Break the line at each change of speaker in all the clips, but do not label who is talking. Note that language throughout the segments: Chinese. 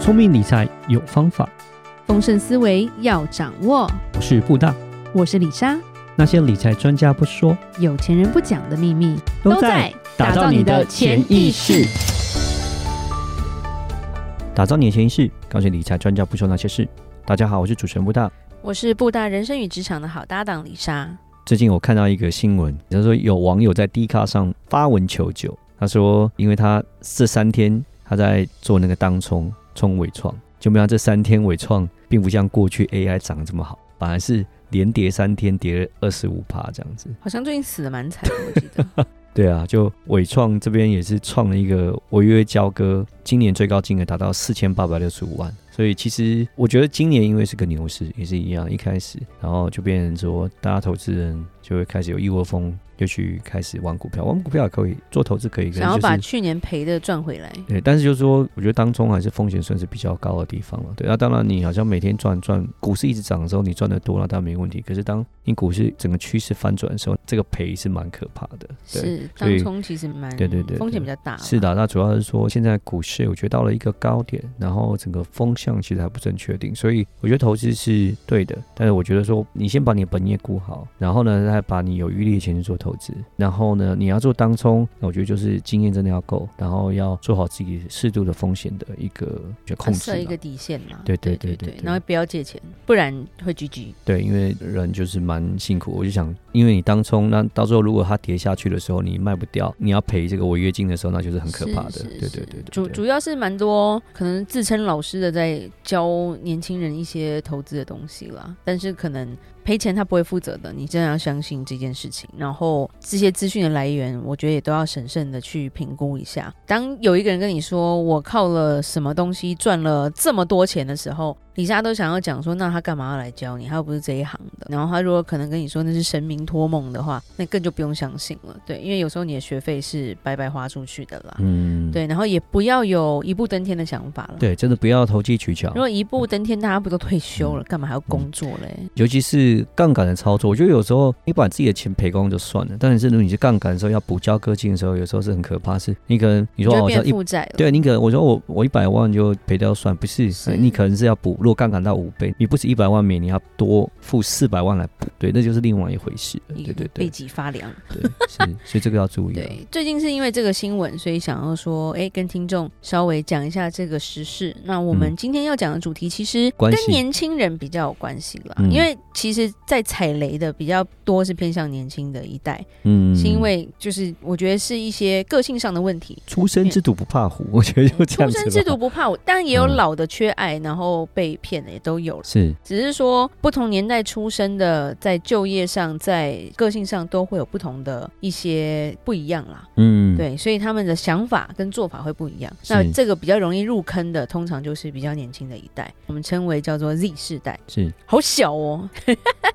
聪明理财有方法，
丰盛思维要掌握。
我是布大。
我是李莎，
那些理财专家不说，
有钱人不讲的秘密
打造你的潜意识。。打造你的潜意识，告诉你理财专家不说那些事。大家好，我是主持人布大。
我是布大人生与职场的好搭档李莎。
最近我看到一个新闻，他说有网友在 D 卡上发文求救，他说因为他这三天他在做那个当冲冲伪创，就没想到这三天伪创并不像过去 AI 涨得这么好，反而是连跌三天，跌了二十五趴这样子。
好像最近死的蛮 惨的，我记得。
对啊，就伟创这边也是创了一个违约交割，今年最高金额达到四千八百六十五万。所以其实我觉得今年因为是个牛市，也是一样，一开始，然后就变成说，大家投资人就会开始有一窝蜂，就去开始玩股票，玩股票也可以做投资，可以，可
想要
能就
把
是
去年赔的赚回来，
对，但是就是说，我觉得当中还是风险算是比较高的地方了。对，那当然你好像每天赚赚，股市一直涨的时候，你赚的多，那当然没问题。可是当你股市整个趋势翻转的时候，这个赔是蛮可怕的。对。
是
所以
当冲其实蛮
对对对对
风险比较大啦。
是的，那主要是说现在股市，我觉得到了一个高点，然后整个风向其实还不是很确定，所以我觉得投资是对的，但是我觉得说你先把你的本业顾好，然后呢再把你有余力的钱去做投资，然后呢你要做当冲，那我觉得就是经验真的要够，然后要做好自己适度的风险的一个就
它
控制
设啊一
啦
个。底线嘛。
对
对
对对对
对
对
然后不要借钱，不然会 GG。
对，因为人就是蛮辛苦，我就想，因为你当冲，那到时候如果它跌下去的时候，你卖不掉，你要赔这个违约金的时候，那就是很可怕的
是。
对
是
对
是
对对，
主
对
主要是蛮多可能自称老师的在教年轻人一些投资的东西啦，但是可能赔钱他不会负责的，你真的要相信这件事情。然后这些资讯的来源，我觉得也都要审慎的去评估一下。当有一个人跟你说我靠了什么东西赚了这么多钱的时候，李莎都想要讲说，那他干嘛要来教你？他又不是这一行的。然后他如果可能跟你说那是神明托梦的话，那更就不用相信了。对，因为有时候你的学费是白白花出去的啦。
嗯，
对，然后也不要有一步登天的想法了。，
对，真的不要投机取巧
如。果一步登天，大家不都退休
嗯
了，干嘛还要工作嘞？
尤其是杠杆的操作，我觉得有时候你把自己的钱赔光就算了，但是如果你是杠杆的时候要补交割金的时候，有时候是很可怕，是你可能你
你就
说
会
哦，
变
像一
负债了。
对，你可能我说我我一百万就赔掉算，不是，
是
呃你可能是要补，如果杠杆到五倍，你不止一百万美，你要多付四百万来补，对，那就是另外一回事了，
你
对对
背
对
脊发凉。
对， 是，所以这个要注意了。
对，最近是因为这个新闻，所以想要说，哎，跟听众稍微讲一下这个时事。那我们
嗯
今天要讲的主题，其实
关
跟
系
年轻人比较有关系啦，
嗯
因为其实，在踩雷的比较多是偏向年轻的一代，
嗯
是因为就是我觉得是一些个性上的问题，
出生之犊不怕虎，我觉得就 这
出
样子吧。
生之犊不怕虎，当然也有
嗯
老的缺爱，然后被骗的也都有了。
是，
只是说，不同年代出生的，在就业上、在个性上都会有不同的一些不一样啦。
嗯，
对，所以他们的想法跟做法会不一样。
是
那这个比较容易入坑的，通常就是比较年轻的一代，我们称为叫做 Z 世代。
是，
好小哦。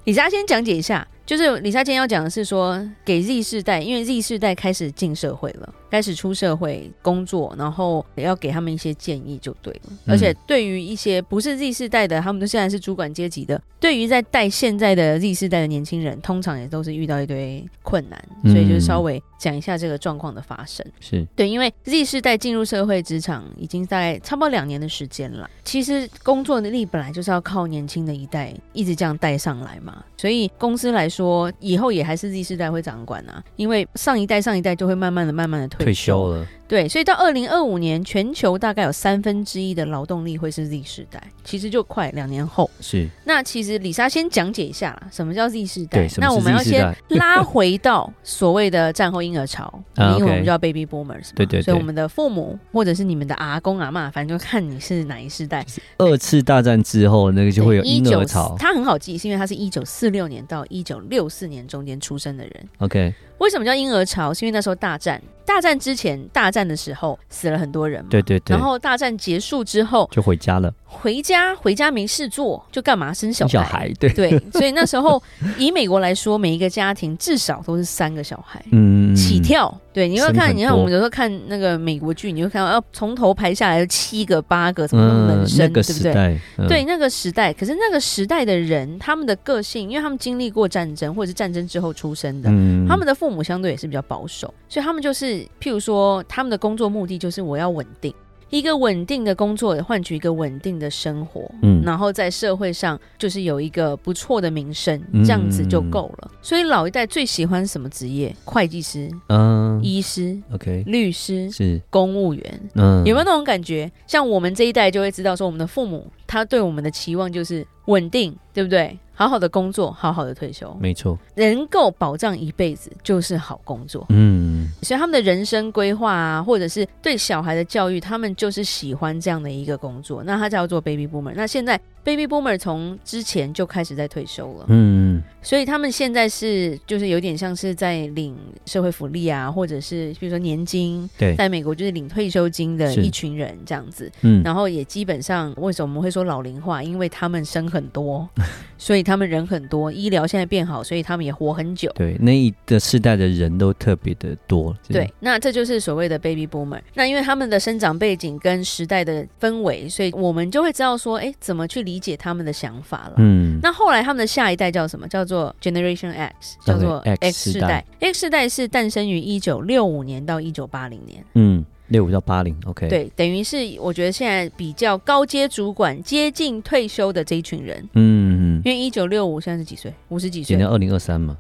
李莎先讲解一下，就是李莎今天要讲的是说，给 Z 世代，因为 Z 世代开始进社会了，开始出社会工作，然后也要给他们一些建议就对了。而且对于一些不是 Z 世代的，他们都现在是主管阶级的，对于在带现在的 Z 世代的年轻人，通常也都是遇到一堆困难，所以就是稍微讲一下这个状况的发生。
是，
对，因为 Z 世代进入社会职场已经大概差不多两年的时间了。其实工作能力本来就是要靠年轻的一代一直这样带上来嘛，所以公司来说，以后也还是 Z 世代会掌管啊，因为上一代上一代就会慢慢的、慢慢的
退
退
休
休。
了，
对，所以到二零二五年，全球大概有三分之一的劳动力会是 Z 世代，其实就快两年后。
是
那其实李莎先讲解一下啦，什么叫 Z 世代？
对，什么
那
是
我们
Z
要
世
先
代
拉回到所谓的战后婴 儿潮，
啊
因为我
OK
们叫 baby boomers，嘛
对对对
所以我们的父母或者是你们的阿公阿嬷，反正就看你是哪一世代，
二次大战之后，那个就会有
对19
婴儿潮。
它很好记，是因为它是一九四六年到一九六四年中间出生的人。
OK，
为什么叫婴儿潮？是因为那时候大战，大战之前，大战的时候死了很多人嘛。
对对对
然，后大战结束之后，
就回家了。
回家回家没事做，就干嘛生
小孩，对，
对，所以那 时候以美国来说，每一个家庭至少都是三个小孩。
嗯，
起跳，对，你会
生
看，
很
你看
多
我们有时候看那个美国剧，你会看到，要、哦从头排下来有七个、八个，什么都
嗯
能，生，
那个
对不
时
对？
代，嗯
对，那个时代，可是那个时代的人，他们的个性，因为他们经历过战争，或者是战争之后出生的，
嗯
他们的父母相对也是比较保守，所以他们就是，譬如说，他们的工作目的就是我要稳定。一个稳定的工作换取一个稳定的生活，
嗯
然后在社会上就是有一个不错的名声，
嗯
这样子就够了。所以老一代最喜欢什么职业？会计师、
嗯
医师、
，OK，
律师、
是，
公务员。
嗯，
有没有那种感觉？像我们这一代就会知道说，我们的父母他对我们的期望就是稳定，对不对？好好的工作，好好的退休，
没错，
能够保障一辈子就是好工作。
嗯
所以他们的人生规划啊，或者是对小孩的教育，他们就是喜欢这样的一个工作。那他叫做 baby boomer。那现在 baby boomer 从之前就开始在退休了，
嗯
所以他们现在是就是有点像是在领社会福利啊，或者是比如说年金，
对
在美国就是领退休金的
是
一群人这样子。
嗯，
然后也基本上，为什么我们会说老龄化？因为他们生很多，所以他们人很多，医疗现在变好，所以他们也活很久。
对，那一个世代的人都特别的多，是
对，那这就是所谓的 baby boomer。那因为他们的生长背景跟时代的氛围，所以我们就会知道说，哎，怎么去理解他们的想法了。
嗯，
那后来他们的下一代叫什么？叫做 Generation X，叫做
OK，X
X 世
世代
代。X 世代是诞生于一九六五年到一九八零年。
嗯，六五到八零，OK，，
对，等于是我觉得现在比较高阶主管接近退休的这一群人，
嗯，
因为一九六五现在是几岁？五十几岁
减？掉二零二三嘛，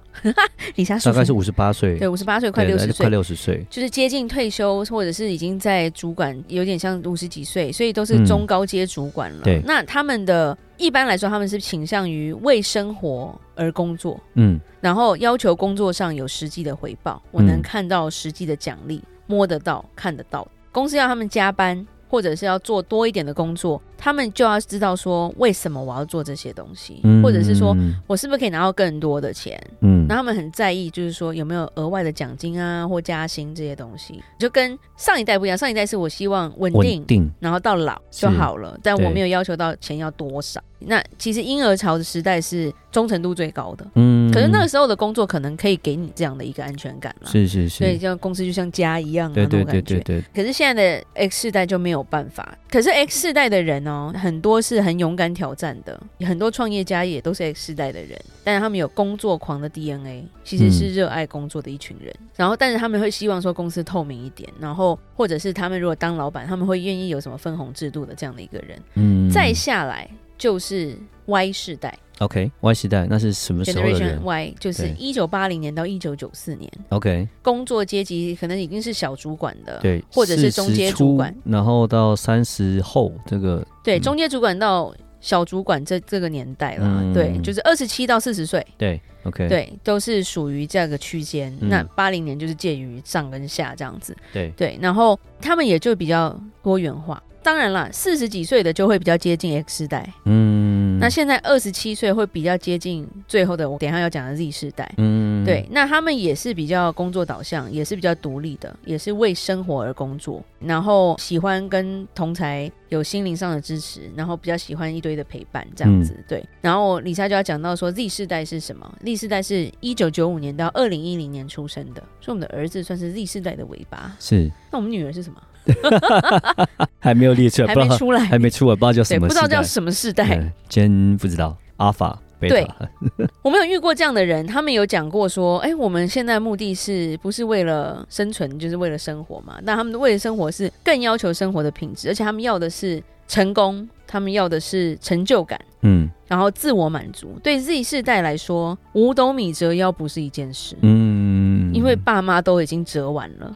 李莎
大概是
五，
五十八岁，
对，五十八岁，快六十
对快
岁。
六十岁，
就是接近退休，或者是已经在主管，有点像五十几岁，所以都
嗯
是中高阶主管了。
对
那他们的一般来说，他们是倾向于为生活而工作，
嗯
然后要求工作上有实际的回报，我能
嗯
看到实际的奖励，摸得到、看得到。公司要他们加班，或者是要做多一点的工作，他们就要知道说为什么我要做这些东西，
嗯，
或者是说
嗯
我是不是可以拿到更多的钱。
嗯
那他们很在意，就是说有没有额外的奖金啊或加薪这些东西，就跟上一代不一样。上一代是我希望稳定
稳，定，
然后到老就好了，但
对
我没有要求到钱要多少。那其实婴儿潮的时代是忠诚度最高的，
嗯，
可是那个时候的工作可能可以给你这样的一个安全感了。
是是
所以
是，
像公司就像家一样啊，
对对
那
对
种感
对
觉。
对，
可是现在的 X 世代就没有办法。可是 X 世代的人哦，很多是很勇敢挑战的，很多创业家也都是 X 世代的人，但是他们有工作狂的 DNA，其实是热爱工作的一群人。
嗯
然后，但是他们会希望说公司透明一点，然后或者是他们如果当老板，他们会愿意有什么分红制度的这样的一个人。
嗯，
再下来就是 Y 世代
OK，Y 时代那是什么时候的
，Generation
人
Y，就是
对
一九八零年到一九九四年，
？OK，
工作阶级可能已经是小主管的，
对，
呃或者是中阶
40
主管
出，然后到三十后这个，
对，
嗯
中间主管到小主管这这个年代啦，
嗯
对，就是二十七到四十岁，
对，OK，
对，都是属于这个区间。
嗯
那八零年就是介于上跟下这样子，
对
对，然后他们也就比较多元化。当然啦，四十几岁的就会比较接近 X 世代，
嗯，
那现在二十七岁会比较接近最后的我等一下要讲的 Z 世代。
嗯，
对，那他们也是比较工作导向，也是比较独立的，也是为生活而工作，然后喜欢跟同才有心灵上的支持，然后比较喜欢一堆的陪伴
嗯
这样子。对，然后李莎就要讲到说 Z 世代是什么？Z 世代是一九九五年到二零一零年出生的，所以我们的儿子算是 Z 世代的尾巴。
是
那我们女儿是什么？
还没有列出来，
还
不知
没
道
出来，
还没出来，不知道叫
对，
什
不
么
知
时代，
道叫什么世代。
对，真不知道，阿法。贝
对
塔，
我们有遇过这样的人，他们有讲过说，哎，我们现在目的是不是为了生存，就是为了生活嘛？那他们为了生活是更要求生活的品质，而且他们要的是成功，他们要的是成就感，
嗯
然后自我满足。对 Z 世代来说，五斗米折腰不是一件事。
嗯，
因为爸妈都已经折完 了，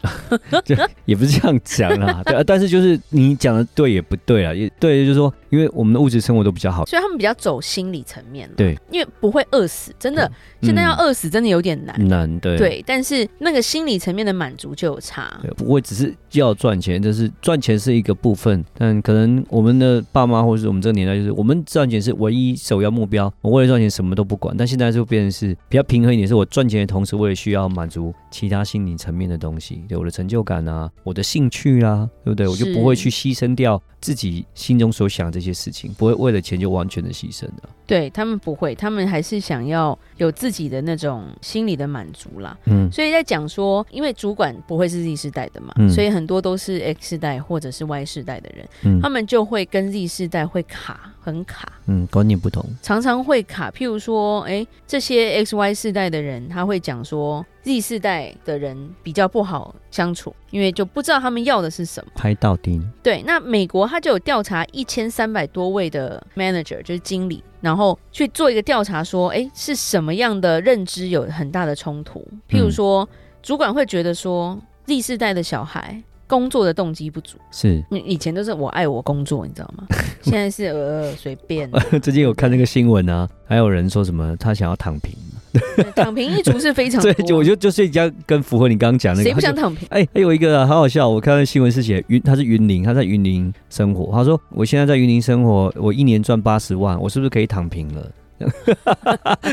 也不是这样讲 啦，对，呃但是就是你讲的对也不对啊，也对，就是说，因为我们的物质生活都比较好，
所以他们比较走心理层面了。
对，
因为不会饿死，真的，现在要饿死真的有点难。
嗯难，对，
对，但是那个心理层面的满足就有差。
对，不会只是要赚钱，就是赚钱是一个部分，但可能我们的爸妈或者是我们这个年代，就是我们赚钱是唯一首要目标，我为了赚钱什么都不管。但现在就变成是比较平衡一点，是我赚钱的同时，我也需要满足其他心理层面的东西，对我的成就感啊，我的兴趣啊，对不对？我就是不会去牺牲掉自己心中所想的这些事情，不会为了钱就完全的牺牲的、
对他们不会，他们还是想要有自己的那种心理的满足啦。
嗯
所以在讲说，因为主管不会是 Z 世代的嘛，
嗯
所以很多都是 X 世代或者是 Y 世代的人，
嗯
他们就会跟 Z 世代会卡，很卡，
嗯，观念不同，
常常会卡。譬如说，哎，这些 X Y 世代的人，他会讲说 Z 世代的人比较不好相处，因为就不知道他们要的是什么。
拍到钉，
对，那美国他就有调查一千三百多位的 manager，就是经理，然后去做一个调查，说，哎，是什么样的认知有很大的冲突？譬如说，主管会觉得说，Z 世代的小孩工作的动机不足，
是。
你以前都是我爱我工作，你 知道吗？现在是呃随便，
最近有看那个新闻啊，还有人说什么他想要躺平，
躺平一族是非 常
这
多
就我就就是要跟符合你刚刚讲那个，
谁不想
他就
躺平？
哎，还有一个、啊、好好笑，我看到新闻是写云，他是云林，他在云林生活，他说我现在在云林生活，我一年赚八十万，我是不是可以躺平了？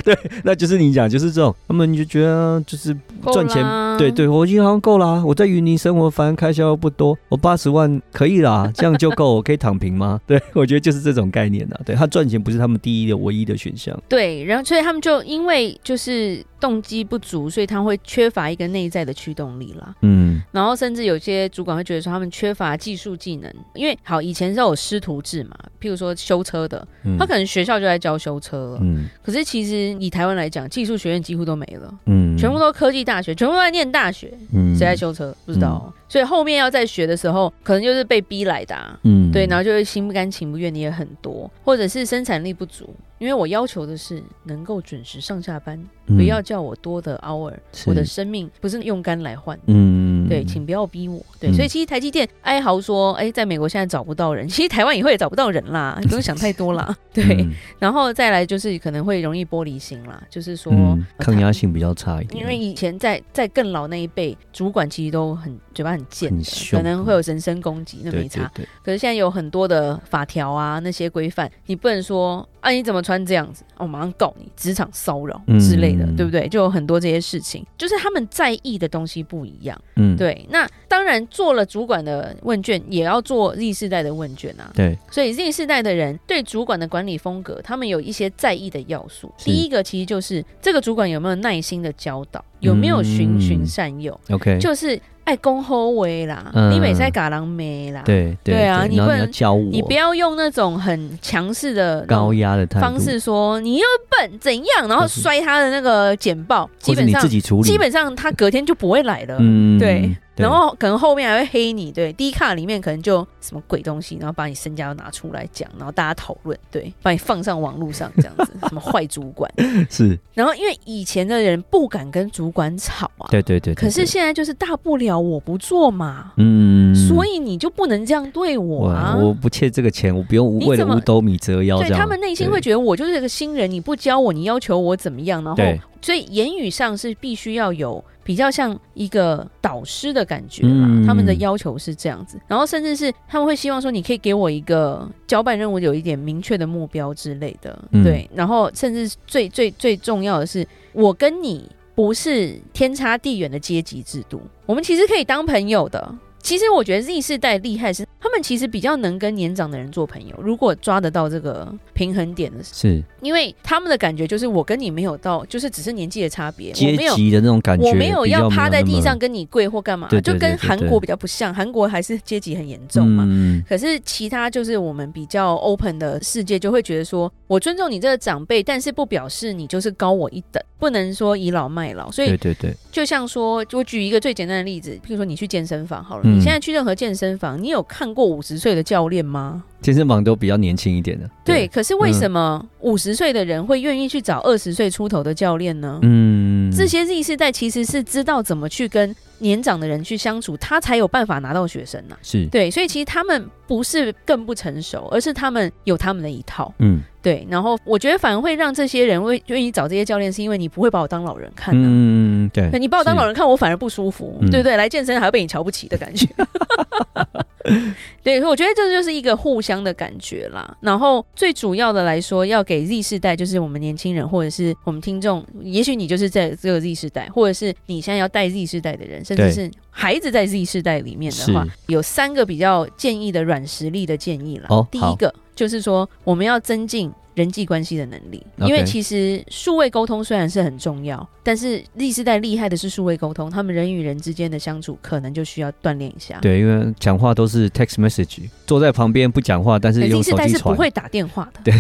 对，那就是你讲，就是这种，他们就觉得啊就是赚钱
够啦
对，对，我已经好像够啊啦。我在云林生活，反正开销又不多，我八十万可以啦，这样就够，我可以躺平吗？ 对，我觉得就是这种概念呐。啊对他赚钱不是他们第一的唯一的选项，
对，然后所以他们就因为就是动机不足，所以他会缺乏一个内在的驱动力啦。
嗯，
然后甚至有些主管会觉得说他们缺乏技术技能，因为好以前是有师徒制嘛，譬如说修车的，
嗯
他可能学校就在教修车了，
嗯
可是其实以台湾来讲，技术学院几乎都没了，
嗯
全部都科技大学，全部都在念大学，
嗯
谁在修车不知道哦、所以后面要再学的时候，可能就是被逼来的、啊。
嗯
对，然后就会心不甘情不愿的也很多，或者是生产力不足，因为我要求的是能够准时上下班，
嗯
不要叫我多的 hour，、我的生命不是用肝来换。
嗯
对，请不要逼我。对，
嗯
所以其实台积电哀嚎说，哎，在美国现在找不到人，其实台湾以后也找不到人啦，不用想太多 啦。对，
嗯
然后再来就是可能会容易玻璃心啦，就是说、
嗯，
呃
抗压
他
性比较差一点，
因为以前在在更老那一辈，主管其实都很嘴巴很贱
很
的，
凶
可能会有人身攻击，那没
对
差
对。对，
可是现在有很多的法条啊，那些规范，你不能说啊你怎么穿这样子，哦、我马上告你职场骚扰
嗯
之类的，
嗯
对不对？就有很多这些事情，就是他们在意的东西不一样。
嗯
对，那当然做了主管的问卷，也要做 Z 世代的问卷啊。
对，
所以 Z 世代的人对主管的管理风格，他们有一些在意的要素。
是
第一个其实就是这个主管有没有耐心的教导，
嗯
有没有循循善诱，
OK，
就是爱恭候威啦，
嗯
你每次在嘎狼没啦，
对
对啊你
然
不
后你要
能
教我，
你不要用那种很强势的那
高
种
压的态度
方，式说你又笨怎样，然后
或是
摔他的那个简报，基
或者
本
你
上
自己处理，
基本上他隔天就不会来了。
嗯
对，然后可能后面还会黑你，对，低卡里面可能就什么鬼东西，然后把你身家都拿出来讲，然后大家讨论，对，把你放上网络上这样 子，什么坏主管，
是，
然后因为以前的人不敢跟主管吵啊，
对对对，对
可是
对
现在就是大不了我不做嘛，
嗯，
所以你就不能这样对我
哇
啊，
我不欠这个钱，我不用
你
为了
怎么
五斗米折腰
对
这样。
他们内心会觉得我就是个新人，你不教我，你要求我怎么样？然后
对，
所以言语上是必须要有比较像一个导师的感觉啦。
嗯
他们的要求是这样子，然后甚至是他们会希望说，你可以给我一个交办任务，有一点明确的目标之类的。
嗯
对，然后甚至最最最重要的是，我跟你不是天差地远的阶级制度，我们其实可以当朋友的。其实我觉得 Z 世代厉害是，他们其实比较能跟年长的人做朋友。如果抓得到这个平衡点的时
是
候，因为他们的感觉就是我跟你没有到，就是只是年纪的差别，我
阶
没有。
级的那种感觉，
我没有要趴在地上
比
跟你跪或干嘛，
对对对
就
对
跟
对
韩国比较不像，韩国还是阶级很严
较
重
没有那么
嘛。
嗯，
可是其他就是我们比较 open 的世界，就会觉得说我尊重你这个长辈，但是不表示你就是高我一等，不能说倚老卖老。所以
对对对，
就像说，我举一个最简单的例子，譬如说你去健身房好了，
嗯
你现在去任何健身房，你有看过五十岁的教练吗？
健身房都比较年轻一点的。
对，，可是为什么五十岁的人会愿意去找二十岁出头的教练呢？
嗯，
这些 Z 世代其实是知道怎么去跟年长的人去相处，他才有办法拿到学生呐、
是
对，所以其实他们不是更不成熟，而是他们有他们的一套。
嗯
对，然后我觉得反而会让这些人会愿意找这些教练，是因为你不会把我当老人看、啊。
嗯对
对，你把我当老人看，我反而不舒服，
嗯
对不对？来健身还会被你瞧不起的感觉。 对，所以我觉得这就是一个互相的感觉啦。然后最主要的来说，要给 Z 世代，就是我们年轻人或者是我们听众，也许你就是在这个 Z 世代，或者是你现在要带 Z 世代的人，甚至
对
是孩子在 Z 世代里面的话
是，
有三个比较建议的软实力的建议啦。
哦
第
好
一个就是说，我们要增进。人际关系的能力，因为
OK
其实数位沟通虽然是很重要，但是 Z 世代厉害的是数位沟通，他们人与人之间的相处可能就需要锻炼一下。
对，因为讲话都是 text message，坐在旁边不讲话，但是
欸
用
Z
手
世代
机
是不
传。
会打电话的。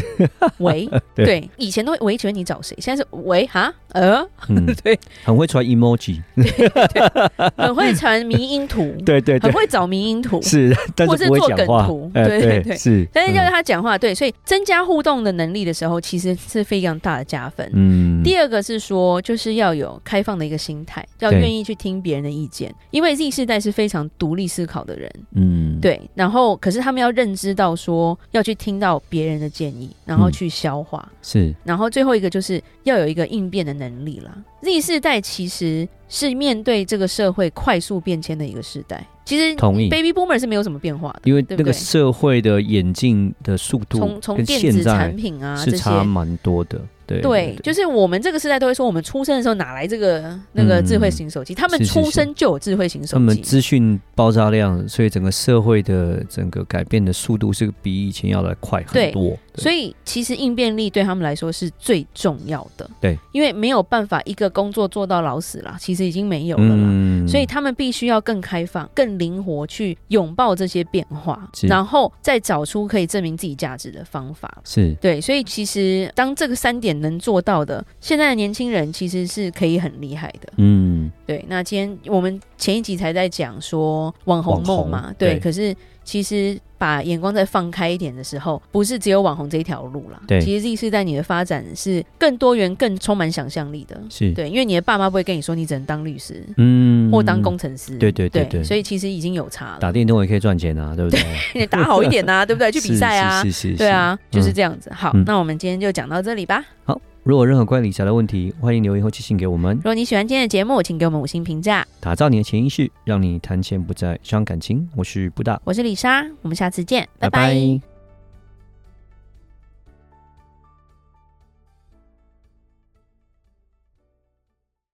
喂，
对
对，以前都会喂，请问你找谁？现在是喂哈呃，
嗯，
对，
很会传 emoji。
很会传迷音图，
啊 对对
很
对，
会找迷音图。
是， 但
或
是
是
不会
做
讲
梗
话
图。
哎
对对对
是。
但是要
嗯
让他讲话，对，所以增加互动的能力的时候，其实是非常大的加分。
嗯，
第二个是说，就是要有开放的一个心态，要
对
愿意去听别人的意见，因为 Z 世代是非常独立思考的人，
嗯，
对。然后，可是他们要认知到说，要去听到别人的建议，然后
嗯
去消化。
是
然后最后一个就是要有一个应变的能力啦。Z 世代其实是面对这个社会快速变迁的一个世代，其实
同意。
Baby Boomer 是没有什么变化的，
因为
对不
那个
对
社会的演进的速度
从从
跟
电
现
子
在
产品啊
是
这
差
些。
蛮多的，对
对，就是我们这个时代都会说，我们出生的时候哪来这个那个智慧型
嗯
手机？他们出生就有智慧型手
他们
机，
资讯爆炸量，所以整个社会的整个改变的速度是比以前要来快很
对
多。
所
以
以其实应变力对他们来说是最重要的。
对，
因为没有办法一个工作做到老死啦，其实已经没有了啦。
嗯
所以他们必须要更开放、更灵活，去拥抱这些变化，
是
然后再找出可以证明自己价值的方法。
是
对，所以其实当这个三点能做到的，现在的年轻人其实是可以很厉害的。
嗯，
对，那今天我们前一集才在讲说网红梦
网
嘛
红，
对，
对
可是其实把眼光再放开一点的时候，不是只有网红这一条路啦，
对
其实 Z 世代你的发展是更多元、更充满想象力的。
是
对，因为你的爸妈不会跟你说你只能当律师，
嗯
或当工程师。
对对对对
所以其实已经有差了，
打电动也可以赚钱啊，对不对？
你打好一 点呐、对不 对？去比赛啊
是，是是，是
对。啊，
是
就是这样子。好
嗯，
那我们今天就讲到这里吧。
如果有任何关于理财的问题，欢迎留言或寄信给我们
如。果你喜欢今天的节目，请给我们五星评价。
打造你的潜意识，让你谈钱不再伤感情。我是布大，
我是李莎，我们下次见，拜拜。
拜